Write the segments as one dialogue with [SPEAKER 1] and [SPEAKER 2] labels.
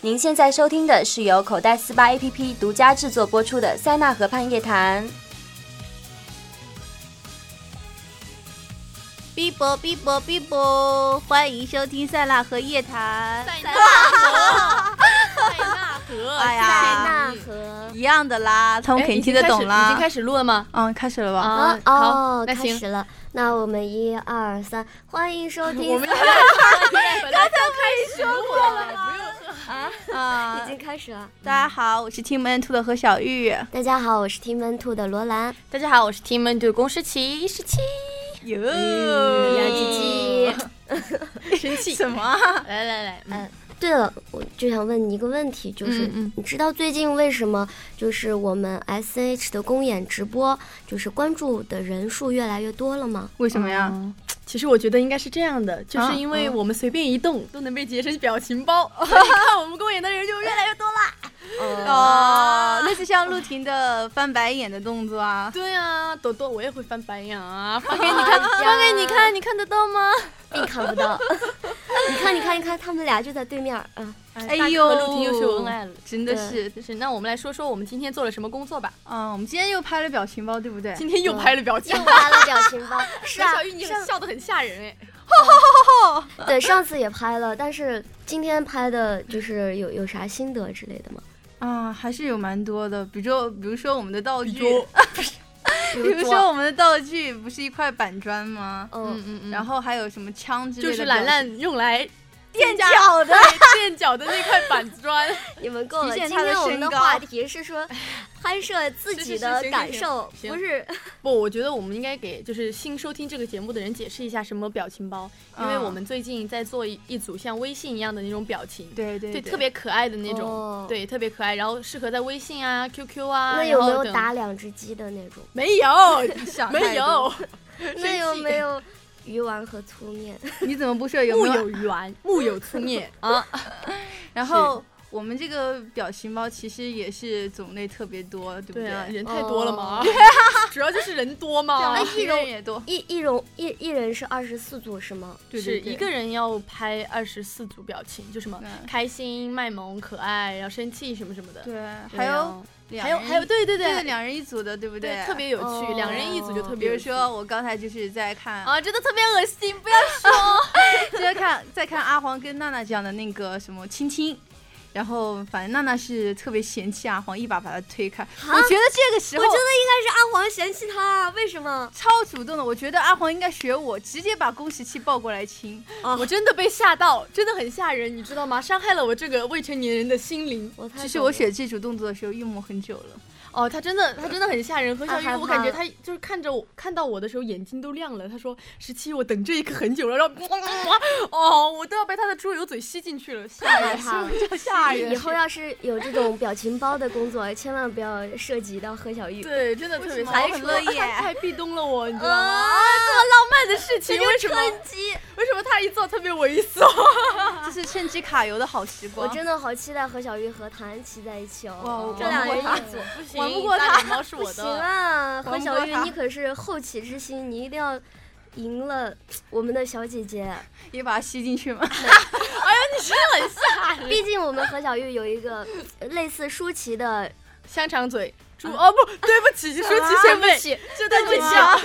[SPEAKER 1] 您现在收听的是由口袋四八 APP 独家制作播出的《塞纳河畔夜谈》。
[SPEAKER 2] 哔啵哔啵哔啵，欢迎收听塞纳河夜谈。
[SPEAKER 3] 塞纳河，塞纳河，
[SPEAKER 2] 哎呀
[SPEAKER 3] 塞纳
[SPEAKER 4] 河
[SPEAKER 2] 一样的啦，
[SPEAKER 5] 哎
[SPEAKER 2] 他们肯定听得懂
[SPEAKER 3] 哎已经
[SPEAKER 2] 啦
[SPEAKER 3] 开。始录了吗？
[SPEAKER 2] 嗯，开始了吧？
[SPEAKER 3] 啊，
[SPEAKER 5] 哦
[SPEAKER 3] 好，那
[SPEAKER 4] 哦开
[SPEAKER 3] 行，
[SPEAKER 4] 始了。那我们一二三，欢 迎收听。
[SPEAKER 3] 我们刚才开始录了，不用喝。
[SPEAKER 2] 啊
[SPEAKER 4] 已经开始了。
[SPEAKER 2] 大家好，我是 Team N Two 的何小玉。
[SPEAKER 4] 大家好，我是 Team N Two 的罗兰。
[SPEAKER 3] 大家好，我是 Team N 的龚诗琪，诗琪，
[SPEAKER 2] 哟，
[SPEAKER 3] 嗯
[SPEAKER 4] 杨吉
[SPEAKER 5] 嗯
[SPEAKER 4] 吉。
[SPEAKER 3] 生气，
[SPEAKER 2] 什么啊？
[SPEAKER 3] 来来来，嗯
[SPEAKER 4] 对了，我就想问你一个问题，就是、
[SPEAKER 3] 嗯嗯
[SPEAKER 4] 你知道最近为什么就是我们 S H 的公演直播，就是关注的人数越来越多了 吗？
[SPEAKER 5] 为什么呀？
[SPEAKER 3] 嗯
[SPEAKER 5] 其实我觉得应该是这样的，就是
[SPEAKER 2] 啊
[SPEAKER 5] 因为我们随便一动都能被截成表情 包，所以看我们公演的人就越来越多啦。
[SPEAKER 3] 啊
[SPEAKER 2] 哦，那就像陆婷的翻白眼的动作啊。
[SPEAKER 5] 对啊，朵朵我也会翻白眼 啊，发给你看，发给你看，你看得到吗？
[SPEAKER 4] 并看不到。你看，你看，你看，他们俩就在对面儿。 嗯，
[SPEAKER 2] 哎
[SPEAKER 5] 大
[SPEAKER 2] 呦
[SPEAKER 5] 哥和陆婷又秀恩爱了。
[SPEAKER 2] 真的是，
[SPEAKER 5] 就是，那我们来说说我们今天做了什么工作吧。
[SPEAKER 2] 嗯，我们今天又拍了表情包，对不对？
[SPEAKER 5] 今天又拍了表情
[SPEAKER 4] 又，发了表情包。是啊
[SPEAKER 5] 小玉，你
[SPEAKER 4] 上
[SPEAKER 5] 笑得很吓人哎。
[SPEAKER 4] 对，上次也拍了，但是今天拍的就是有有啥心得之类的吗？
[SPEAKER 2] 啊，还是有蛮多的，比如说，比如说我们的道具，
[SPEAKER 4] 比
[SPEAKER 2] 比如说我们的道具不是一块板砖
[SPEAKER 3] 哦
[SPEAKER 2] 吗？
[SPEAKER 4] 嗯，
[SPEAKER 5] 嗯嗯
[SPEAKER 2] 然后还有什么枪之类
[SPEAKER 5] 就
[SPEAKER 2] 的，
[SPEAKER 5] 是兰兰用来垫
[SPEAKER 2] 脚的，
[SPEAKER 5] 垫脚的那块板砖。
[SPEAKER 4] 你们够了。
[SPEAKER 2] 体
[SPEAKER 4] 今
[SPEAKER 2] 现他的
[SPEAKER 4] 天我们的
[SPEAKER 2] 身高
[SPEAKER 4] 话题是说拍摄自己的感受，
[SPEAKER 5] 是是是行行行行
[SPEAKER 4] 不是
[SPEAKER 5] 不，我觉得我们应该给就是新收听这个节目的人解释一下什么表情包，因为
[SPEAKER 2] 嗯
[SPEAKER 5] 我们最近在做一一组像微信一样的那种表情，
[SPEAKER 2] 对对
[SPEAKER 5] 特别可爱的那种，
[SPEAKER 4] 哦
[SPEAKER 5] 对，特别可爱，然后适合在微信啊、QQ 啊，
[SPEAKER 4] 那
[SPEAKER 5] 然
[SPEAKER 4] 有没
[SPEAKER 5] 后
[SPEAKER 4] 有
[SPEAKER 5] 等
[SPEAKER 4] 打两只鸡的那种？
[SPEAKER 5] 没有，
[SPEAKER 2] 想太多
[SPEAKER 5] 没有，，
[SPEAKER 4] 那有没有鱼丸和粗面？
[SPEAKER 2] 你怎么不说有
[SPEAKER 5] 木
[SPEAKER 2] 没有？
[SPEAKER 5] 有鱼丸，木有粗面啊，
[SPEAKER 2] 然后我们这个表情包其实也是种类特别多，对不
[SPEAKER 5] 对啊，
[SPEAKER 2] 对？
[SPEAKER 5] 人太多了嘛
[SPEAKER 4] 哦，
[SPEAKER 5] 主要就是人多嘛
[SPEAKER 4] 哎，
[SPEAKER 2] 艺人也多，
[SPEAKER 4] 一一容一一人是二十四组是吗？
[SPEAKER 2] 对
[SPEAKER 5] 是
[SPEAKER 2] 对
[SPEAKER 5] 一个人要拍二十四组表情，就什么
[SPEAKER 2] 对
[SPEAKER 5] 开心、卖萌、可爱，然后生气什么什么的，
[SPEAKER 2] 对，
[SPEAKER 5] 对
[SPEAKER 2] 还
[SPEAKER 5] 啊
[SPEAKER 2] 有两
[SPEAKER 5] 还有
[SPEAKER 2] 人
[SPEAKER 5] 还有，对对
[SPEAKER 2] 对对
[SPEAKER 5] 对，
[SPEAKER 2] 两人一组的，对不
[SPEAKER 5] 特别有趣，
[SPEAKER 4] 哦
[SPEAKER 5] 两人一组就特
[SPEAKER 2] 比
[SPEAKER 5] 别有
[SPEAKER 2] 如
[SPEAKER 5] 趣。
[SPEAKER 2] 说我刚才就是在看，
[SPEAKER 5] 啊，真的特别恶心，不要
[SPEAKER 2] 在看在看阿黄跟娜娜这样的那个什么亲亲。然后，反正娜娜是特别嫌弃阿黄，一把把他推开。啊我觉得这个时
[SPEAKER 4] 我
[SPEAKER 2] 候
[SPEAKER 4] 觉得应该是阿黄嫌弃他，为什么？
[SPEAKER 2] 超主动的，我觉得阿黄应该学我，直接把宫崎骏抱过来亲。
[SPEAKER 5] 我真的被吓到，真的很吓人，你知道吗？伤害了我这个未成年人的心灵。
[SPEAKER 4] 我太
[SPEAKER 2] 其实
[SPEAKER 4] 懂
[SPEAKER 2] 我
[SPEAKER 4] 了
[SPEAKER 2] 写这组动作的时候预谋很久了，
[SPEAKER 5] 哦，他真的，他真的很吓人。何小
[SPEAKER 4] 啊
[SPEAKER 5] 玉
[SPEAKER 4] 害，怕
[SPEAKER 5] 我感觉他就是看着我，看到我的时候眼睛都亮了。他说：“十七，我等这一刻很 久了。”然后，哦，我都要被他的猪油嘴吸进去了，吓
[SPEAKER 4] 害
[SPEAKER 5] 人，
[SPEAKER 4] 怕 了
[SPEAKER 5] 是不是吓人？
[SPEAKER 4] 以后要是有这种表情包的工作，千万不要涉及到何小玉。
[SPEAKER 5] 对，真的特别
[SPEAKER 2] 为什么
[SPEAKER 5] 吓人
[SPEAKER 2] 我很乐意
[SPEAKER 5] 他太壁咚了我，你知道吗？
[SPEAKER 4] 啊，
[SPEAKER 5] 浪漫的事情，为什么
[SPEAKER 4] 趁机，
[SPEAKER 5] 为什么他一做特别猥琐？
[SPEAKER 2] 这是趁机卡油的好时
[SPEAKER 4] 我
[SPEAKER 2] 光。
[SPEAKER 4] 真的好期待何小玉和唐安琪在一起
[SPEAKER 2] 哇我
[SPEAKER 4] 哦，这
[SPEAKER 2] 玩
[SPEAKER 4] 两
[SPEAKER 2] 不
[SPEAKER 4] 人
[SPEAKER 2] 过他
[SPEAKER 4] 一组。
[SPEAKER 5] 不行
[SPEAKER 2] 玩不过
[SPEAKER 5] 大
[SPEAKER 2] 他
[SPEAKER 5] 脸猫是
[SPEAKER 4] 不
[SPEAKER 5] 我
[SPEAKER 4] 行
[SPEAKER 5] 的。
[SPEAKER 4] 啊，
[SPEAKER 2] 玩
[SPEAKER 4] 何
[SPEAKER 2] 不
[SPEAKER 4] 小
[SPEAKER 2] 过
[SPEAKER 4] 玉，
[SPEAKER 2] 他
[SPEAKER 4] 你可是后起之星，你一定要赢了我们的小姐姐。
[SPEAKER 2] 也把它吸进去嘛。
[SPEAKER 5] 哎
[SPEAKER 4] 毕竟我们何小玉有一个呃类似舒淇的，
[SPEAKER 5] 香肠嘴，猪哦不，对不起，是舒淇先辈，就对不起啊，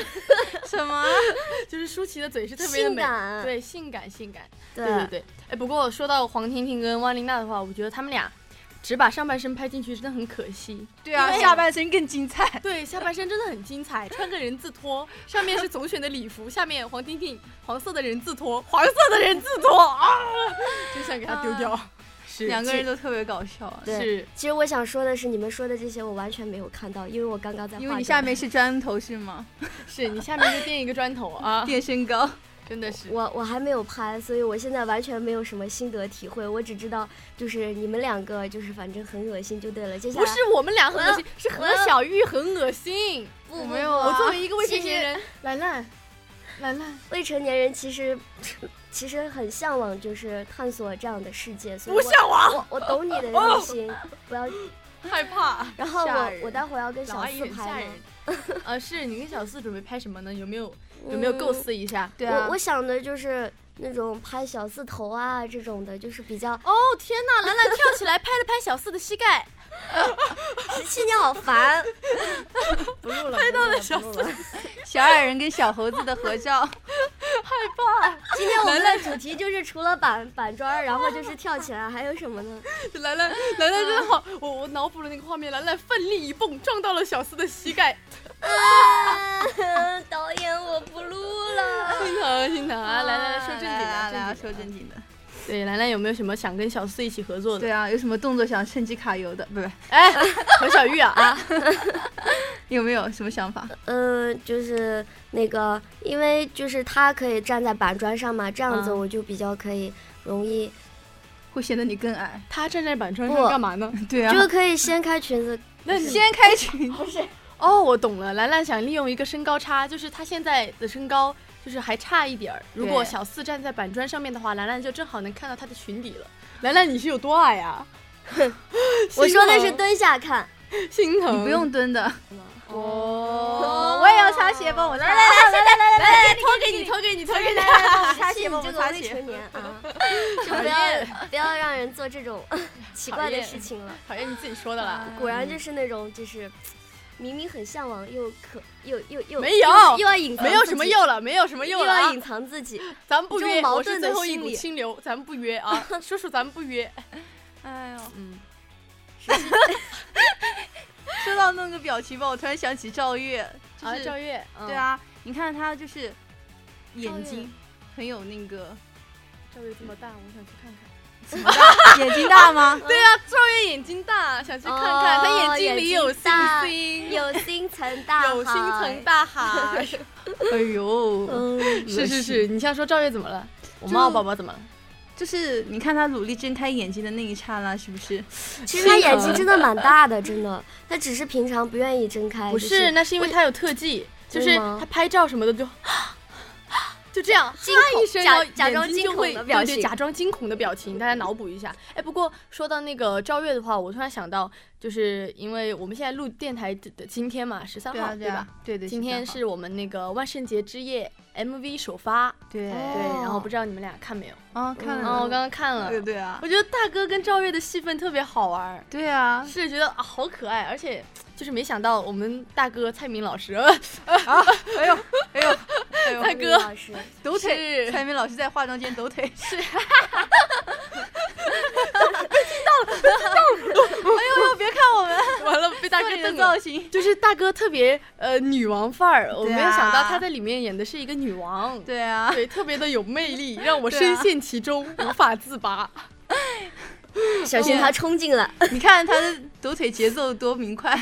[SPEAKER 2] 什么？
[SPEAKER 5] 就是舒淇的嘴是特别的美
[SPEAKER 4] 性感，
[SPEAKER 5] 对，性感性感，
[SPEAKER 4] 对
[SPEAKER 5] 对对对。哎，不过说到黄婷婷跟汪琳娜的话，我觉得他们俩只把上半身拍进去真的很可惜，
[SPEAKER 2] 对啊，下半身更精彩。
[SPEAKER 5] 对，下半身真的很精彩，穿个人字拖，上面是总选的礼服，下面黄婷婷黄色的人字拖，黄色的人字拖啊，真想给他丢掉，啊 是
[SPEAKER 2] 两个人都特别搞笑啊，
[SPEAKER 4] 对
[SPEAKER 5] 是
[SPEAKER 4] 其实我想说的是，你们说的这些我完全没有看到，因为我刚刚在化
[SPEAKER 2] 因
[SPEAKER 4] 妆。
[SPEAKER 2] 为你下面是砖头是吗？
[SPEAKER 5] 是你下面就垫一个砖头啊，
[SPEAKER 2] 垫身高。
[SPEAKER 5] 真的是。
[SPEAKER 4] 我我还没有拍，所以我现在完全没有什么心得体会，我只知道就是你们两个就是反正很恶心就对了。接下来
[SPEAKER 5] 不是嗯我们俩很恶心，是何小玉很恶心。
[SPEAKER 4] 不
[SPEAKER 2] 我
[SPEAKER 4] 不
[SPEAKER 2] 没有啊
[SPEAKER 5] 我作为一个未成
[SPEAKER 4] 其实
[SPEAKER 5] 年人，兰兰，兰兰，
[SPEAKER 4] 未成年人其实 其实很向往，就是探索这样的世界，所以
[SPEAKER 5] 不
[SPEAKER 4] 我
[SPEAKER 5] 向往，
[SPEAKER 4] 我我懂你的内心，不要。
[SPEAKER 5] 害怕。
[SPEAKER 4] 然后
[SPEAKER 5] 吓
[SPEAKER 4] 我
[SPEAKER 5] 人
[SPEAKER 4] 我待会儿要跟
[SPEAKER 5] 老
[SPEAKER 4] 小
[SPEAKER 5] 阿姨
[SPEAKER 4] 四
[SPEAKER 5] 很吓
[SPEAKER 4] 拍
[SPEAKER 5] 人呃
[SPEAKER 4] 吗？。
[SPEAKER 5] 啊，是你跟小四准备拍什么呢？有没有有没有构思一下？
[SPEAKER 2] 对啊
[SPEAKER 4] 我我，想的就是那种拍小四头啊这种的，就是比较。
[SPEAKER 5] 哦天呐，兰兰跳起来拍了拍小四的膝盖，
[SPEAKER 4] 去你好烦，
[SPEAKER 3] 不录了，拍到了小四，
[SPEAKER 2] 小矮人跟小猴子的合照，
[SPEAKER 4] 今天我们的主题就是除了板板砖儿，然后就是跳起来，还有什么呢？
[SPEAKER 5] 兰兰兰兰真好，我我脑补了那个画面，兰兰奋力一蹦撞到了小四的膝盖，
[SPEAKER 4] 啊，导演，我不录了。
[SPEAKER 5] 心疼心疼啊！兰 兰说正经
[SPEAKER 2] 来啊
[SPEAKER 5] 的，
[SPEAKER 2] 来啊，
[SPEAKER 5] 正经
[SPEAKER 2] 说正经的。
[SPEAKER 5] 的对兰兰有没有什么想跟小四一起合作的？
[SPEAKER 2] 对啊，有什么动作想趁机卡油的？不是，
[SPEAKER 5] 哎，何小玉啊 啊，
[SPEAKER 2] 有没有什么想法？
[SPEAKER 4] 嗯，就是那个，因为就是他可以站在板砖上嘛，这样子
[SPEAKER 5] 嗯
[SPEAKER 4] 我就比较可以容易，
[SPEAKER 2] 会显得你更矮。
[SPEAKER 5] 他站在板砖上
[SPEAKER 4] 不
[SPEAKER 5] 干嘛呢？
[SPEAKER 2] 对啊，
[SPEAKER 4] 就是可以掀开裙子。
[SPEAKER 5] 那你
[SPEAKER 2] 先开群，
[SPEAKER 5] 哦，我懂了，兰兰想利用一个身高差，就是她现在的身高就是还差一点儿。如果
[SPEAKER 2] 对
[SPEAKER 5] 小四站在板砖上面的话，兰兰就正好能看到她的裙底了。兰兰，你是有多矮啊 呀、
[SPEAKER 4] 我说的是
[SPEAKER 5] 对，
[SPEAKER 4] 蹲下看，
[SPEAKER 5] 心疼。
[SPEAKER 2] 你不用蹲的。
[SPEAKER 5] 哦，
[SPEAKER 2] 我也要擦鞋，帮我擦。来来
[SPEAKER 5] 来，托给你，托给你，托给你。
[SPEAKER 2] 擦
[SPEAKER 4] 是
[SPEAKER 2] 鞋
[SPEAKER 4] 你
[SPEAKER 2] 帮我
[SPEAKER 4] 这个
[SPEAKER 2] 擦
[SPEAKER 4] 未
[SPEAKER 2] 鞋
[SPEAKER 4] 成年啊，就不要不要让人做这 种奇怪的事情了。
[SPEAKER 5] 讨厌嗯你自己说的啦。
[SPEAKER 4] 果然就是那种就是。明明很向往，又可又又又
[SPEAKER 5] 没有
[SPEAKER 4] 又又要隐 藏，
[SPEAKER 5] 没有什么
[SPEAKER 4] 又
[SPEAKER 5] 又了，没有什么又了、
[SPEAKER 4] 要
[SPEAKER 5] 啊
[SPEAKER 4] 隐，藏自己，
[SPEAKER 5] 咱们不
[SPEAKER 4] 这
[SPEAKER 5] 约，
[SPEAKER 4] 种矛
[SPEAKER 5] 我是
[SPEAKER 4] 盾
[SPEAKER 5] 最
[SPEAKER 4] 的
[SPEAKER 5] 后一
[SPEAKER 4] 心
[SPEAKER 5] 股
[SPEAKER 4] 理
[SPEAKER 5] 清流，咱们不约 啊，叔叔，咱们不约。
[SPEAKER 2] 哎呦，
[SPEAKER 5] 嗯，
[SPEAKER 2] 说到那个表情包，我突然想起赵月，就
[SPEAKER 5] 啊，
[SPEAKER 2] 是
[SPEAKER 5] 赵月，
[SPEAKER 2] 对
[SPEAKER 5] 嗯，
[SPEAKER 2] 啊，你看她就是眼
[SPEAKER 5] 赵月
[SPEAKER 2] 睛很有那个
[SPEAKER 5] 赵月这么大，我想去看看。
[SPEAKER 2] 眼睛大吗？
[SPEAKER 5] 对啊，赵月眼睛大，想去看看，
[SPEAKER 4] 哦
[SPEAKER 5] 他眼睛里有星星，
[SPEAKER 4] 有星辰大海，
[SPEAKER 5] 有星辰大 海。
[SPEAKER 2] 哎呦，
[SPEAKER 4] 嗯，
[SPEAKER 5] 是是是，你像说赵月怎么了？我
[SPEAKER 2] 就
[SPEAKER 5] 猫宝宝怎么了？
[SPEAKER 2] 就是你看她努力睁开眼睛的那一刹那，是不是？
[SPEAKER 4] 其实他眼睛真的蛮大的，真的，他只是平常不愿意睁开。
[SPEAKER 5] 不，
[SPEAKER 4] 哎就是
[SPEAKER 5] 那是因为他有特技，就
[SPEAKER 4] 真
[SPEAKER 5] 是
[SPEAKER 4] 的吗
[SPEAKER 5] 他拍照什么的 就。就这样，
[SPEAKER 4] 惊
[SPEAKER 5] 哈
[SPEAKER 4] 恐
[SPEAKER 5] 一声，
[SPEAKER 4] 假
[SPEAKER 5] 然后
[SPEAKER 4] 假装
[SPEAKER 5] 眼睛就
[SPEAKER 4] 惊恐
[SPEAKER 5] 会
[SPEAKER 4] 的表
[SPEAKER 5] 对对，
[SPEAKER 4] 情
[SPEAKER 5] 假装惊恐的表情，大家脑补一下。哎，不过说到那个赵月的话，我突然想到，就是因为我们现在录电台的今天嘛，十三
[SPEAKER 2] 对
[SPEAKER 5] 号
[SPEAKER 2] 啊，对
[SPEAKER 5] 吧
[SPEAKER 2] 啊？，对对。
[SPEAKER 5] 今天
[SPEAKER 2] 13号
[SPEAKER 5] 是我们那个万圣节之夜 MV 首发，
[SPEAKER 2] 对
[SPEAKER 4] 哦
[SPEAKER 5] 对，然后不知道你们俩看没有？
[SPEAKER 2] 啊，看了
[SPEAKER 5] 哦嗯，我
[SPEAKER 2] 吗
[SPEAKER 5] 刚刚看了，
[SPEAKER 2] 对对啊
[SPEAKER 5] 我，觉得大哥跟赵月的戏份特别好玩儿，
[SPEAKER 2] 对啊，
[SPEAKER 5] 是觉得、啊、好可爱，而且就是没想到我们大哥蔡明老师，
[SPEAKER 2] 哎呦哎呦哎呦，
[SPEAKER 5] 大
[SPEAKER 4] 陆
[SPEAKER 5] 哥
[SPEAKER 4] 老师，
[SPEAKER 2] 抖腿，
[SPEAKER 5] 是
[SPEAKER 2] 蔡明老师在化妆间抖腿， 是，被听到了，被听到了， 哎呦呦，别看我们，
[SPEAKER 5] 完了被大哥
[SPEAKER 2] 看你的
[SPEAKER 5] 瞪
[SPEAKER 2] 造
[SPEAKER 5] 了。
[SPEAKER 2] 型，
[SPEAKER 5] 就是大哥特别呃女王范儿，我
[SPEAKER 2] 对
[SPEAKER 5] 没
[SPEAKER 2] 啊
[SPEAKER 5] 有想到他在里面演的是一个女王，
[SPEAKER 2] 对啊，
[SPEAKER 5] 对特别的有魅力，让我
[SPEAKER 2] 对
[SPEAKER 5] 深
[SPEAKER 2] 啊
[SPEAKER 5] 陷其中、无法自拔。
[SPEAKER 4] 小心他冲进来，
[SPEAKER 2] 你看他的抖腿节奏多明快，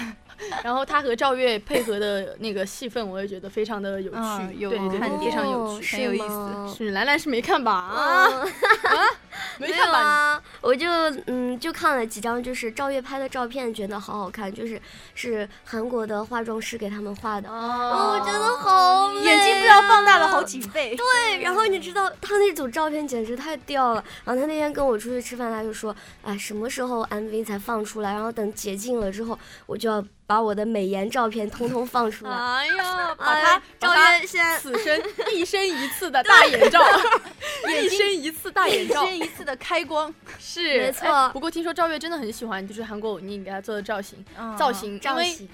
[SPEAKER 5] 然后他和赵月配合的那个戏份，我也觉得非常的有趣，
[SPEAKER 2] 嗯有
[SPEAKER 5] 对对
[SPEAKER 2] 看
[SPEAKER 5] 对，
[SPEAKER 2] 点
[SPEAKER 5] 非常有
[SPEAKER 4] 哦
[SPEAKER 5] 趣。
[SPEAKER 2] 很有意思。
[SPEAKER 4] 是吗
[SPEAKER 5] 是兰兰是没看吧？啊，
[SPEAKER 4] 啊，
[SPEAKER 5] 没
[SPEAKER 4] 有
[SPEAKER 5] 看吧？
[SPEAKER 4] 啊，我就嗯就看了几张，就是赵月拍的照片，觉得好好看，就是是韩国的化妆师给他们画的，
[SPEAKER 5] 哦
[SPEAKER 4] 真的好美、
[SPEAKER 2] 眼睛不知道放大了好几倍，
[SPEAKER 4] 对，然后你知道他那组照片简直太吊了。然后他那天跟我出去吃饭，他就说：“哎，什么时候 MV 才放出来？然后等解禁了之后，我就要把我的美颜照片通通放出
[SPEAKER 2] 啊
[SPEAKER 4] 来。
[SPEAKER 5] 哎呀，把
[SPEAKER 4] 哎
[SPEAKER 5] 他
[SPEAKER 4] 呀，
[SPEAKER 5] 把
[SPEAKER 4] 赵
[SPEAKER 5] 他
[SPEAKER 4] 月现在
[SPEAKER 5] 此生一生一次的大眼罩， 一生一次大眼
[SPEAKER 2] 眼
[SPEAKER 5] 罩
[SPEAKER 2] 睛一次的开光，
[SPEAKER 5] 是
[SPEAKER 4] 没错
[SPEAKER 5] 哎不过听说赵月真的很喜欢，就是韩国偶妮给她做的造型，
[SPEAKER 2] 嗯
[SPEAKER 5] 嗯造型，因
[SPEAKER 4] 造
[SPEAKER 5] 为
[SPEAKER 4] 型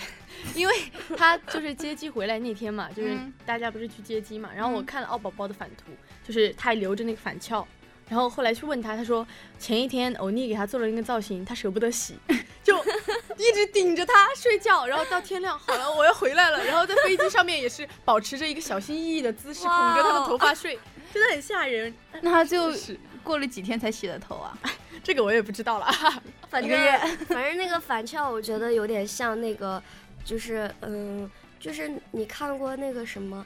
[SPEAKER 5] 因为她就是接机回来那天嘛，就是
[SPEAKER 2] 嗯
[SPEAKER 5] 大家不是去接机嘛，然后我
[SPEAKER 2] 嗯
[SPEAKER 5] 看了奥宝宝的反图，就是她还留着那个反翘。然后后来去问她，她说前一天欧尼给她做了那个造型，她舍不得洗，就一直顶着她睡觉，然后到天亮，好了，我要回来了。然后在飞机上面也是保持着一个小心翼翼的姿势，
[SPEAKER 2] 哇
[SPEAKER 5] 捧着她的头发睡，真的很吓人。
[SPEAKER 2] 那他就
[SPEAKER 5] 就是
[SPEAKER 2] 过了几天才洗的头 啊？
[SPEAKER 5] 这个我也不知道了。
[SPEAKER 4] 反
[SPEAKER 2] 一
[SPEAKER 4] 正
[SPEAKER 2] 个月
[SPEAKER 4] 反正那个反翘，我觉得有点像那个，就是嗯，就是你看过那个什么，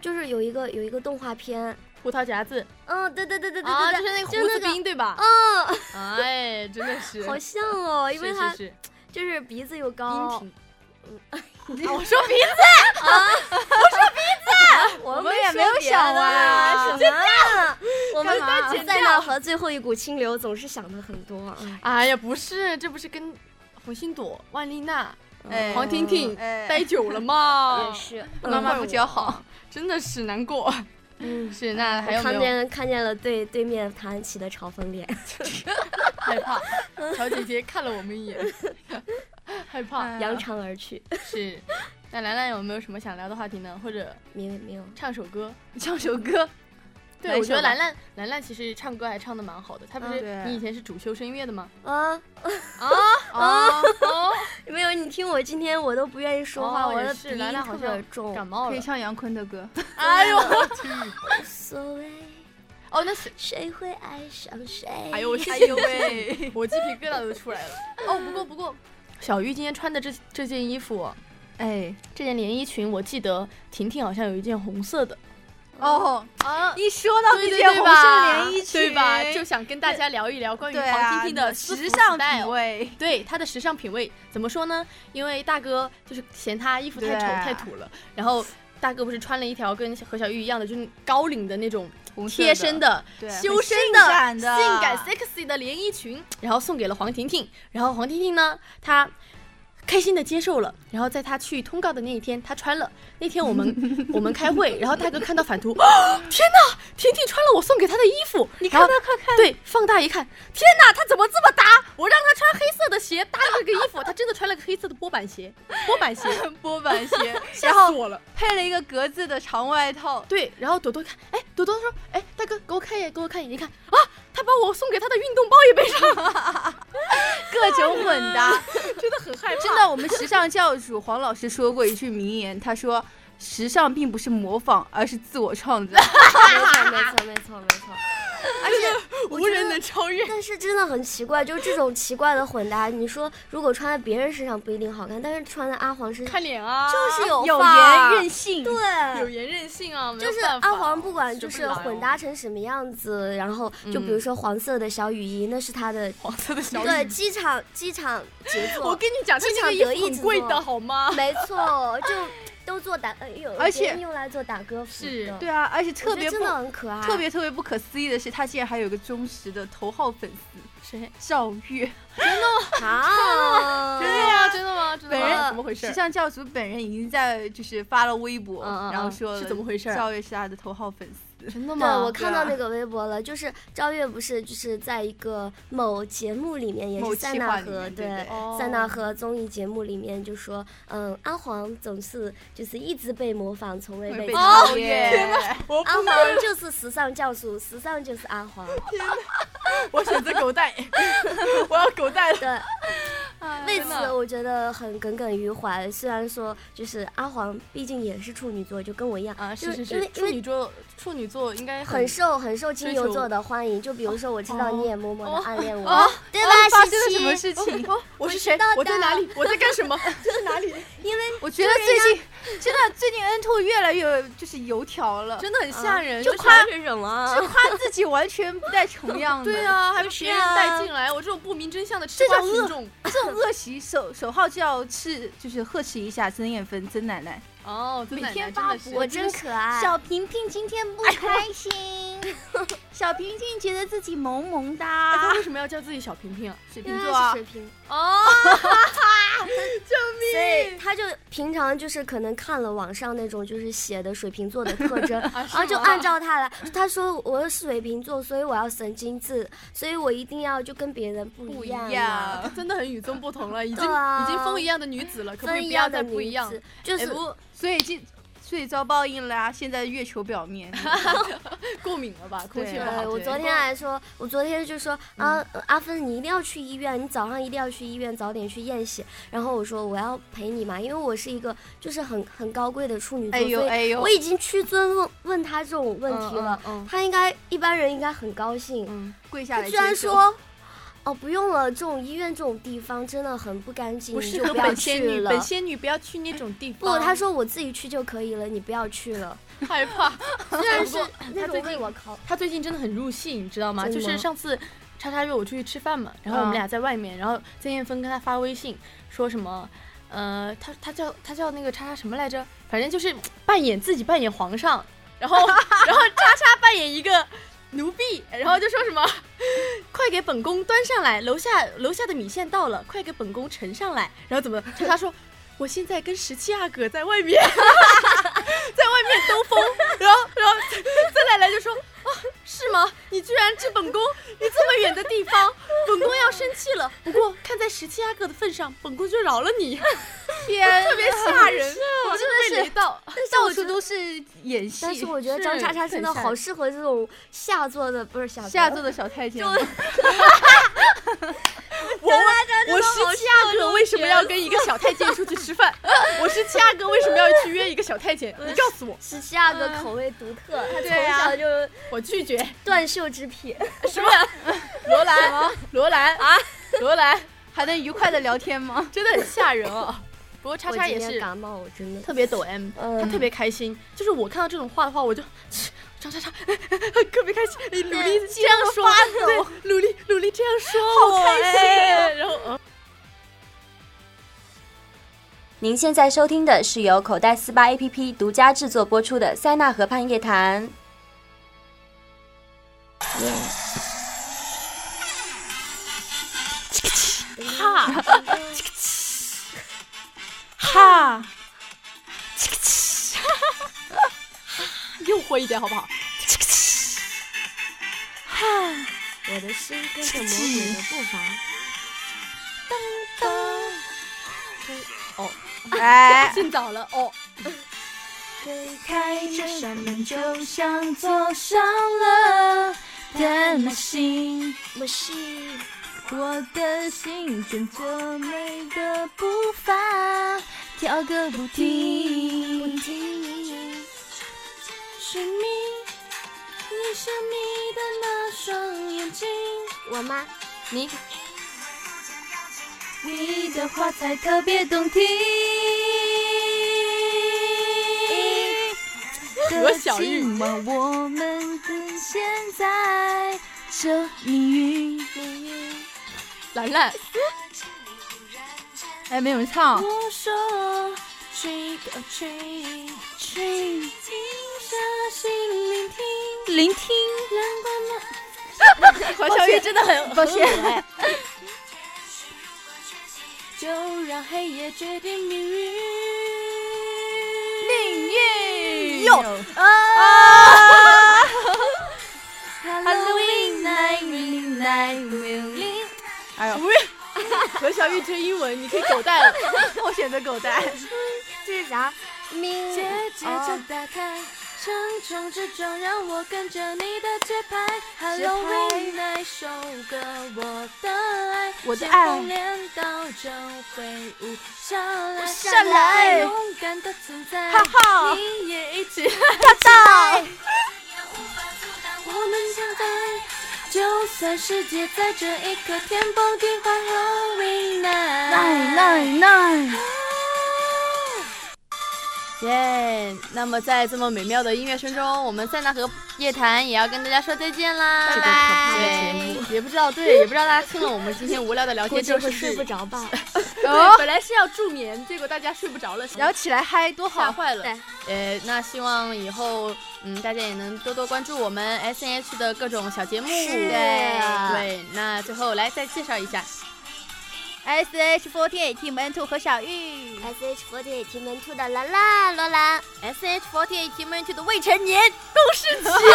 [SPEAKER 4] 就是有一个有一个动画片，
[SPEAKER 5] 葡萄夹子，
[SPEAKER 4] 嗯，对对对对对
[SPEAKER 5] 啊，
[SPEAKER 4] 对
[SPEAKER 5] 就
[SPEAKER 4] 对，
[SPEAKER 5] 是那个
[SPEAKER 4] 就
[SPEAKER 5] 胡子
[SPEAKER 4] 那个
[SPEAKER 5] 兵对吧？
[SPEAKER 4] 嗯，
[SPEAKER 5] 哎，真的是，
[SPEAKER 4] 好像哦，因为
[SPEAKER 5] 是
[SPEAKER 4] 他
[SPEAKER 5] 是是
[SPEAKER 4] 就是鼻子又
[SPEAKER 5] 冰
[SPEAKER 4] 高，
[SPEAKER 5] 挺。啊我说冰
[SPEAKER 2] 我
[SPEAKER 4] 我啊们
[SPEAKER 2] 们也没有想
[SPEAKER 4] 啊，
[SPEAKER 2] 歪
[SPEAKER 4] 什么啊？ 我
[SPEAKER 2] 干
[SPEAKER 4] 们
[SPEAKER 2] 嘛
[SPEAKER 4] 在那和最后一股清流总是想的很多啊。
[SPEAKER 5] 哎呀，不是，这不是跟红星朵、万丽娜、
[SPEAKER 2] 哎
[SPEAKER 5] 黄婷婷
[SPEAKER 2] 哎
[SPEAKER 5] 待久了 吗？
[SPEAKER 4] 也是，
[SPEAKER 2] 妈妈不教好，
[SPEAKER 5] 真的是难过。
[SPEAKER 4] 嗯，
[SPEAKER 5] 是，
[SPEAKER 2] 哎
[SPEAKER 5] 那还
[SPEAKER 4] 我
[SPEAKER 5] 有没
[SPEAKER 4] 看
[SPEAKER 5] 有
[SPEAKER 4] 见看见了对对面唐安琪的嘲讽脸，
[SPEAKER 5] 害 怕？小姐姐看了我们一眼，害怕
[SPEAKER 2] 嗯
[SPEAKER 4] 扬长而去。
[SPEAKER 5] 是。那兰兰有没有什么想聊的话题呢？或者
[SPEAKER 4] 没有没有，
[SPEAKER 5] 唱首歌？
[SPEAKER 2] 唱首歌，来
[SPEAKER 5] 对，
[SPEAKER 2] 一
[SPEAKER 5] 我觉
[SPEAKER 2] 首
[SPEAKER 5] 得
[SPEAKER 2] 吧
[SPEAKER 5] 兰兰兰兰其实唱歌还唱的蛮好的。她不
[SPEAKER 4] 嗯
[SPEAKER 5] 是
[SPEAKER 2] 对
[SPEAKER 5] 你以前是主修声乐的吗？
[SPEAKER 4] 啊，
[SPEAKER 5] 啊 哦，
[SPEAKER 4] 没有，你听我今天我都不愿意说话，
[SPEAKER 5] 哦
[SPEAKER 4] 我
[SPEAKER 5] 也
[SPEAKER 4] 的
[SPEAKER 5] 是
[SPEAKER 4] 鼻音
[SPEAKER 5] 兰兰
[SPEAKER 4] 特
[SPEAKER 5] 好
[SPEAKER 4] 别
[SPEAKER 5] 像
[SPEAKER 4] 重。
[SPEAKER 5] 感冒
[SPEAKER 2] 可以
[SPEAKER 5] 了。
[SPEAKER 2] 唱杨坤的歌。
[SPEAKER 5] 哎呦，
[SPEAKER 4] 无所谓，
[SPEAKER 5] 哦，那是，
[SPEAKER 4] 谁会爱上谁？
[SPEAKER 5] 哎呦，我是
[SPEAKER 2] 呦喂，
[SPEAKER 5] 我鸡皮疙瘩都出来了。哦，不过不过，小鱼今天穿的这这件衣服，
[SPEAKER 2] 哎，
[SPEAKER 5] 这件连衣裙，我记得婷婷好像有一件红色的
[SPEAKER 2] 哦，
[SPEAKER 5] 啊，
[SPEAKER 2] 一说到
[SPEAKER 5] 对
[SPEAKER 2] 这
[SPEAKER 5] 对
[SPEAKER 2] 件
[SPEAKER 5] 对
[SPEAKER 2] 红
[SPEAKER 5] 吧
[SPEAKER 2] 色连衣裙，
[SPEAKER 5] 对吧？就想跟大家聊一聊关于
[SPEAKER 2] 对
[SPEAKER 5] 黄
[SPEAKER 2] 啊，
[SPEAKER 5] 婷婷的私服
[SPEAKER 2] 时哦尚
[SPEAKER 5] style
[SPEAKER 2] 品味。
[SPEAKER 5] 对她的时尚品味怎么说呢？因为大哥就是嫌她衣服太丑
[SPEAKER 2] 对啊
[SPEAKER 5] 太土了，然后大哥不是穿了一条跟何小玉一样的，就是高领的那种
[SPEAKER 2] 红色
[SPEAKER 5] 贴身的、
[SPEAKER 2] 对
[SPEAKER 5] 修
[SPEAKER 2] 很
[SPEAKER 5] 身
[SPEAKER 2] 性
[SPEAKER 5] 的、
[SPEAKER 2] 感的
[SPEAKER 5] 性感 sexy 的连衣裙，然后送给了黄婷婷。然后黄婷婷呢，她开心的接受了。然后在她去通告的那一天，她穿了。那天我 们我们开会，然后大哥看到返 图，啊天哪，婷婷穿了我送给她的衣服。你看她，快看，对，放大一看，天哪，她怎么这么搭？我让她穿黑色的鞋搭了这个衣服，她真的穿了个黑色的波板鞋，波板鞋，
[SPEAKER 2] 波板鞋，
[SPEAKER 5] 吓
[SPEAKER 2] 然后
[SPEAKER 5] 死我了。
[SPEAKER 2] 配了一个格子的长外 套，
[SPEAKER 5] 对，然后朵朵看，哎，朵朵说，哎，大哥，给我看一眼，给我看一眼，一看啊，他把我送给他的运动包也背上了，
[SPEAKER 2] 各种混搭。
[SPEAKER 5] 真的很害 怕。
[SPEAKER 2] 真的，我们时尚教主黄老师说过一句名言，他说：“时尚并不是模仿，而是自我创造。
[SPEAKER 4] 没错没错没错没错。
[SPEAKER 5] 而且
[SPEAKER 4] 我
[SPEAKER 5] 无
[SPEAKER 4] 觉
[SPEAKER 5] 人
[SPEAKER 4] 得
[SPEAKER 5] 能超越。
[SPEAKER 4] 但是真的很奇怪，就是这种奇怪的混搭，你说如果穿在别人身上不一定好看，但是穿在阿黄身上
[SPEAKER 5] 看脸啊，
[SPEAKER 4] 就是”有
[SPEAKER 2] 有
[SPEAKER 4] 范
[SPEAKER 2] 颜
[SPEAKER 4] 儿
[SPEAKER 2] 任性，
[SPEAKER 5] 有
[SPEAKER 4] 对。
[SPEAKER 5] 颜任性啊，没有
[SPEAKER 4] 就是
[SPEAKER 5] 办法
[SPEAKER 4] 阿黄，不管就
[SPEAKER 5] 学
[SPEAKER 4] 是
[SPEAKER 5] 不来哦
[SPEAKER 4] 混搭成什么样子，然后就比
[SPEAKER 5] 嗯
[SPEAKER 4] 如说黄色的小雨衣，那是他的
[SPEAKER 5] 黄色的小
[SPEAKER 4] 对
[SPEAKER 5] 雨。
[SPEAKER 4] 机场机场杰
[SPEAKER 5] 我
[SPEAKER 4] 作，
[SPEAKER 5] 跟你讲，
[SPEAKER 4] 这
[SPEAKER 5] 这
[SPEAKER 4] 场
[SPEAKER 5] 个
[SPEAKER 4] 得
[SPEAKER 5] 衣
[SPEAKER 4] 意
[SPEAKER 5] 服很
[SPEAKER 4] 之
[SPEAKER 5] 贵
[SPEAKER 4] 作
[SPEAKER 5] 的好吗？
[SPEAKER 4] 没错，就都做打呃有，
[SPEAKER 2] 而且
[SPEAKER 4] 别人用来做打歌服
[SPEAKER 5] 是
[SPEAKER 4] 的，
[SPEAKER 2] 对啊，而且特
[SPEAKER 4] 我觉
[SPEAKER 2] 别
[SPEAKER 4] 得
[SPEAKER 2] 不
[SPEAKER 4] 真的啊很可爱，
[SPEAKER 2] 特别特别不可思议的是，他竟然还有个忠实的头号粉丝
[SPEAKER 5] 谁？
[SPEAKER 2] 赵 月。
[SPEAKER 4] 好，
[SPEAKER 5] 啊 真的呀？真的吗？真的
[SPEAKER 2] 本
[SPEAKER 5] 吗？
[SPEAKER 2] 人
[SPEAKER 5] 怎么回事
[SPEAKER 2] 时？尚教主本人已经在就是发了微博，
[SPEAKER 5] 嗯嗯嗯
[SPEAKER 2] 然后说了
[SPEAKER 5] 是怎么回事
[SPEAKER 2] 赵月是他的头号粉丝，
[SPEAKER 5] 真的
[SPEAKER 4] 对，
[SPEAKER 5] 吗？
[SPEAKER 4] 我
[SPEAKER 2] 对
[SPEAKER 4] 看
[SPEAKER 2] 啊
[SPEAKER 4] 到呃那个微博了，就是赵月不是就是在一个某节目里面，也
[SPEAKER 2] 某
[SPEAKER 4] 是
[SPEAKER 2] 企
[SPEAKER 4] 塞
[SPEAKER 2] 划
[SPEAKER 4] 纳
[SPEAKER 2] 里
[SPEAKER 4] 河
[SPEAKER 2] 面对对
[SPEAKER 5] 哦
[SPEAKER 4] 塞纳河综艺节目里面就说，嗯，阿黄总是就是一直被模仿，从未被
[SPEAKER 2] 被
[SPEAKER 4] 超
[SPEAKER 2] 超
[SPEAKER 4] 越。
[SPEAKER 2] 越。
[SPEAKER 5] 我
[SPEAKER 4] 阿黄就是时尚教主，时尚就是阿黄。
[SPEAKER 5] 我选择狗 带，我要狗带了。
[SPEAKER 4] 对，为
[SPEAKER 5] 哎真
[SPEAKER 4] 此
[SPEAKER 5] 的
[SPEAKER 4] 我觉得很耿耿于怀。虽然说就是阿黄，毕竟也是处女座，就跟我一样
[SPEAKER 5] 啊，
[SPEAKER 4] 就是
[SPEAKER 5] 是是，
[SPEAKER 4] 因为因
[SPEAKER 5] 处
[SPEAKER 4] 为
[SPEAKER 5] 女座处女座应该
[SPEAKER 4] 很受很受金
[SPEAKER 5] 追
[SPEAKER 4] 牛
[SPEAKER 5] 求
[SPEAKER 4] 座的欢迎。就比如说，我知道你也默默的暗恋我，
[SPEAKER 5] 哦
[SPEAKER 4] 对
[SPEAKER 2] 啊
[SPEAKER 4] 吧？
[SPEAKER 2] 发
[SPEAKER 4] 西
[SPEAKER 2] 生了
[SPEAKER 4] 西
[SPEAKER 2] 什么事情？
[SPEAKER 5] 我是谁
[SPEAKER 4] 道？
[SPEAKER 5] 我在
[SPEAKER 4] 的
[SPEAKER 5] 哪里？我在干什么？这是哪里？
[SPEAKER 4] 因为
[SPEAKER 2] 我觉得最近真的最近 N two 越来越就是油条了，
[SPEAKER 5] 真的很吓人，
[SPEAKER 4] 就
[SPEAKER 5] 为
[SPEAKER 4] 夸
[SPEAKER 5] 什么啊？
[SPEAKER 2] 就夸自己完全不带重样的，
[SPEAKER 5] 对啊，还把别人带进来，我这种不明真相的吃瓜
[SPEAKER 2] 这种
[SPEAKER 5] 群
[SPEAKER 2] 恶
[SPEAKER 5] 众。
[SPEAKER 2] 这种恶习首首号就要斥，就是呵斥一下曾艳芬、曾奶 奶。
[SPEAKER 5] 哦，真的
[SPEAKER 2] 每天
[SPEAKER 5] 真的
[SPEAKER 2] 发
[SPEAKER 5] 是
[SPEAKER 2] 博
[SPEAKER 4] 我真可爱。
[SPEAKER 1] 小平平今天不开 心，小平今天觉得自己萌萌
[SPEAKER 5] 哎
[SPEAKER 1] 哒
[SPEAKER 5] 他。 为什么要叫自己小平平啊？
[SPEAKER 2] 水
[SPEAKER 4] 因
[SPEAKER 2] 瓶
[SPEAKER 4] 为
[SPEAKER 2] 座
[SPEAKER 4] 他
[SPEAKER 2] 啊
[SPEAKER 4] 是 水，瓶，
[SPEAKER 5] 哦，
[SPEAKER 4] 所以他就平常就是可能看了网上那种就是写的水瓶座的特 征，
[SPEAKER 5] 啊
[SPEAKER 4] 然后就按照他来。他说我是水瓶座，所以我要神经质，所以我一定要就跟别人不一样啊。
[SPEAKER 5] 啊 真的很与众不同了，已经
[SPEAKER 4] 对啊
[SPEAKER 5] 已经风一样的女子了，可不可
[SPEAKER 4] 分
[SPEAKER 5] 以
[SPEAKER 4] 一
[SPEAKER 5] 不要
[SPEAKER 4] 样
[SPEAKER 5] 再
[SPEAKER 4] 的
[SPEAKER 5] 不一
[SPEAKER 4] 女
[SPEAKER 5] 样？
[SPEAKER 4] 子，就
[SPEAKER 5] 哎
[SPEAKER 4] 是
[SPEAKER 5] 不
[SPEAKER 2] 所以这所以遭报应啦、现在月球表面，
[SPEAKER 5] 过敏了吧？空气
[SPEAKER 2] 对
[SPEAKER 5] 不
[SPEAKER 2] 啊
[SPEAKER 5] 好。
[SPEAKER 4] 对，我
[SPEAKER 5] 对
[SPEAKER 4] 昨天还说，我昨天就说啊，呃阿芬，你一定要去医院，你早上一定要去医院，早点去验血。然后我说我要陪你嘛，因为我是一个就是很很高贵的处女座，
[SPEAKER 2] 哎呦
[SPEAKER 4] 所以
[SPEAKER 2] 哎呦
[SPEAKER 4] 我已经屈尊问问他这种问题了，
[SPEAKER 5] 嗯
[SPEAKER 4] 他应该一般人应该很高兴。
[SPEAKER 5] 嗯
[SPEAKER 2] 跪下
[SPEAKER 4] 他
[SPEAKER 2] 来
[SPEAKER 4] 居
[SPEAKER 2] 接
[SPEAKER 4] 然
[SPEAKER 2] 受。
[SPEAKER 4] 说。哦，不用了，这种医院这种地方真的很不干净，
[SPEAKER 5] 不
[SPEAKER 4] 你
[SPEAKER 5] 适
[SPEAKER 4] 就
[SPEAKER 5] 合
[SPEAKER 4] 不要
[SPEAKER 5] 本仙
[SPEAKER 4] 去
[SPEAKER 5] 女，
[SPEAKER 4] 了
[SPEAKER 5] 本。嗯仙女不要去那种地
[SPEAKER 4] 不，
[SPEAKER 5] 方。
[SPEAKER 4] 他说我自己去就可以了，你不要去了。
[SPEAKER 5] 害怕，
[SPEAKER 4] 虽然是那
[SPEAKER 5] 他最
[SPEAKER 4] 种
[SPEAKER 5] 近
[SPEAKER 4] 为我考，
[SPEAKER 5] 他最近真的很入戏，你知道吗？
[SPEAKER 4] 真
[SPEAKER 5] 就
[SPEAKER 4] 的吗
[SPEAKER 5] 是
[SPEAKER 4] 嗯
[SPEAKER 5] 上次叉叉约我出去吃饭嘛，然后我们俩在外面，然后曾艳芬跟他发微信说什么，呃，他他叫他叫那个叉叉什么来着？反正就是扮演自己扮演皇上，然后 然后叉叉扮演一个奴婢，然后就说什么，快给本宫端上来，楼下楼下的米线到了，快给本宫盛上来，然后怎么叉叉说。我现 在跟十七阿哥在外面，在外面兜风，然后然后 上，本宫就饶了你，
[SPEAKER 2] 天， 啊
[SPEAKER 5] 特别吓人，我真的雷到。
[SPEAKER 2] 到处都是演戏，
[SPEAKER 6] 但是我觉得张
[SPEAKER 5] 是
[SPEAKER 6] 叉叉真的
[SPEAKER 5] 很吓
[SPEAKER 6] 好
[SPEAKER 5] 人
[SPEAKER 6] 适合这种下作的，不是下作
[SPEAKER 2] 下作的小太监，
[SPEAKER 5] 我问，我是七阿哥，为什么要跟一个小太监出去吃饭？我是七阿哥，为什么要去约一个小太监？ 你告诉我，
[SPEAKER 6] 十七阿哥口味独特，他从
[SPEAKER 5] 嗯对啊呀
[SPEAKER 6] 小就
[SPEAKER 5] 我拒绝。
[SPEAKER 6] 断袖之癖。
[SPEAKER 5] 罗兰，罗兰啊，罗兰，
[SPEAKER 2] 还能愉快的聊天 吗？
[SPEAKER 5] 真的很吓人哦。不过叉
[SPEAKER 6] 我
[SPEAKER 5] 叉
[SPEAKER 6] 今
[SPEAKER 5] 也
[SPEAKER 6] 天
[SPEAKER 5] 是
[SPEAKER 6] 感冒，我真的
[SPEAKER 5] 特别抖 M，
[SPEAKER 6] 嗯
[SPEAKER 5] 他特别开心。就是我看到这种画的话，我就。叉叉叉， 特别开心，哎努力这样说，对，努力努力这样说我，好开
[SPEAKER 6] 啊
[SPEAKER 5] 心。然后，呃
[SPEAKER 1] 您现在收听的是由口袋四八 APP 独家制作播出的《塞纳河畔夜谈》。
[SPEAKER 2] 哈，
[SPEAKER 5] 诱惑一点好不 好？
[SPEAKER 6] 我的心跟着魔 鬼的步伐。哦
[SPEAKER 2] 哎，
[SPEAKER 5] 进早了哦，
[SPEAKER 4] 推开这扇门，就像坐上了的马戏，
[SPEAKER 6] machine
[SPEAKER 4] 我的心跟着美的步伐跳个不停。不停寻觅你神秘的那双眼睛，
[SPEAKER 6] 我妈，
[SPEAKER 5] 你
[SPEAKER 4] 你的话才特别动听。
[SPEAKER 5] 何小玉
[SPEAKER 4] 今晚我们跟现在这命运，
[SPEAKER 5] 兰兰，
[SPEAKER 2] 哎，没有人唱，
[SPEAKER 4] 我说 trick or treat treat，静下心聆听，
[SPEAKER 2] 聆听，
[SPEAKER 4] 阳光的
[SPEAKER 5] 何小玉真的很
[SPEAKER 2] 抱歉，
[SPEAKER 4] 就让黑夜决定命运。
[SPEAKER 2] 命运
[SPEAKER 5] 哟
[SPEAKER 2] 啊，
[SPEAKER 4] Halloween night, really night, really。
[SPEAKER 2] 哎呦，
[SPEAKER 5] 不是， 何小玉这英文你可以狗带了，
[SPEAKER 2] 我选择狗带，
[SPEAKER 6] 这是啥？命
[SPEAKER 4] 姐姐就打开，沉重之中让我跟着你的节拍。Halloween 那首歌，我的爱，
[SPEAKER 2] 我的
[SPEAKER 4] 先
[SPEAKER 2] 爱
[SPEAKER 4] 锋镰刀就挥舞下来，
[SPEAKER 2] 下来
[SPEAKER 4] 勇敢的存在，
[SPEAKER 2] 哈哈
[SPEAKER 4] 你也一起。
[SPEAKER 2] 到，
[SPEAKER 4] 我们相在，就算世界在这一刻天崩地坏，Halloween night。
[SPEAKER 5] 耶！那么在这么美妙的音乐声中，我们塞纳河夜谈也要跟大家说再见啦，
[SPEAKER 6] 这个可怕的节
[SPEAKER 5] 目也不知道，对，也不知道大家听了我们今天无聊的聊
[SPEAKER 6] 估
[SPEAKER 5] 天
[SPEAKER 6] 计
[SPEAKER 5] 之后
[SPEAKER 6] 会
[SPEAKER 5] 是
[SPEAKER 6] 睡不
[SPEAKER 5] 是。
[SPEAKER 6] 着吧？
[SPEAKER 5] 对，本来是要助眠，结果大家睡不着了，
[SPEAKER 2] 然后起来嗨，多
[SPEAKER 5] 吓
[SPEAKER 2] 好，
[SPEAKER 5] 坏了
[SPEAKER 6] 对。
[SPEAKER 5] 呃，那希望以后嗯大家也能多多关注我们 S N H 的各种小节目。
[SPEAKER 6] 是
[SPEAKER 5] 对，那最后来再介绍一下，
[SPEAKER 2] S H forty team N two 和小玉，
[SPEAKER 6] S H 4 8 T M Two 的兰兰罗兰，
[SPEAKER 5] S H forty eight team N 的未成年都是 鸡，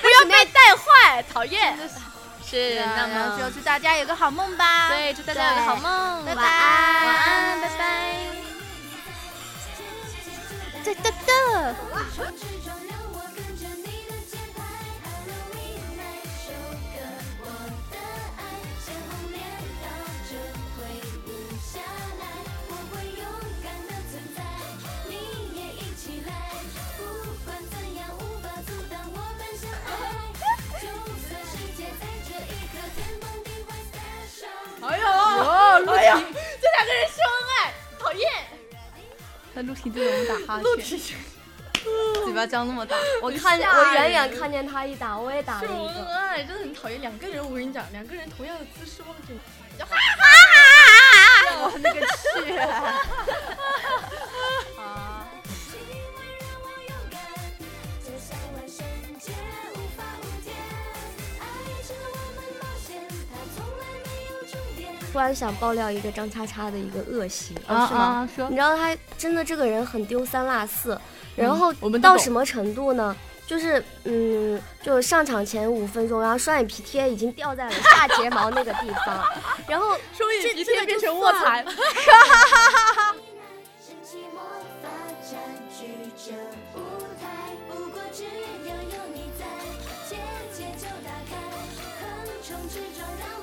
[SPEAKER 5] 不要被带坏，讨厌。是，那
[SPEAKER 2] 然后
[SPEAKER 5] 么
[SPEAKER 2] 就祝大家有个好梦吧，
[SPEAKER 5] 对，祝大家有个好梦，
[SPEAKER 2] 拜拜，
[SPEAKER 5] 晚安，晚安，拜
[SPEAKER 2] 拜
[SPEAKER 5] 拜。
[SPEAKER 2] 拜。
[SPEAKER 6] 对对对。
[SPEAKER 5] 哎呦，哦，陆婷，这两个人秀恩爱，讨厌。
[SPEAKER 2] 那陆婷对我们打哈欠，嘴巴张那么大，
[SPEAKER 6] 我看我远远看见他一打，我也打了
[SPEAKER 5] 秀
[SPEAKER 6] 一
[SPEAKER 5] 恩
[SPEAKER 6] 个。
[SPEAKER 5] 爱真的很讨厌，两个人我跟你讲，两个人同样的姿势望着你，
[SPEAKER 2] 我那个去，啊，
[SPEAKER 6] 突然想爆料一个张叉叉的一个恶习，
[SPEAKER 2] 啊
[SPEAKER 6] 哦是吗？
[SPEAKER 2] 啊，说
[SPEAKER 6] 你知道他真的这个人很丢三落四，然后
[SPEAKER 5] 嗯我们都
[SPEAKER 6] 到
[SPEAKER 5] 懂
[SPEAKER 6] 什么程度呢？
[SPEAKER 4] 就是嗯，就上场前五分钟，然后双眼皮贴已经掉在了下睫毛那个地 方，然后
[SPEAKER 5] 双眼皮
[SPEAKER 4] 这这
[SPEAKER 5] 贴
[SPEAKER 4] 个
[SPEAKER 5] 变
[SPEAKER 4] 就
[SPEAKER 5] 成卧
[SPEAKER 4] 算
[SPEAKER 5] 蚕了。
[SPEAKER 6] 神奇魔法占据这舞台，不过只要有你在，结界就打开，横冲直撞让。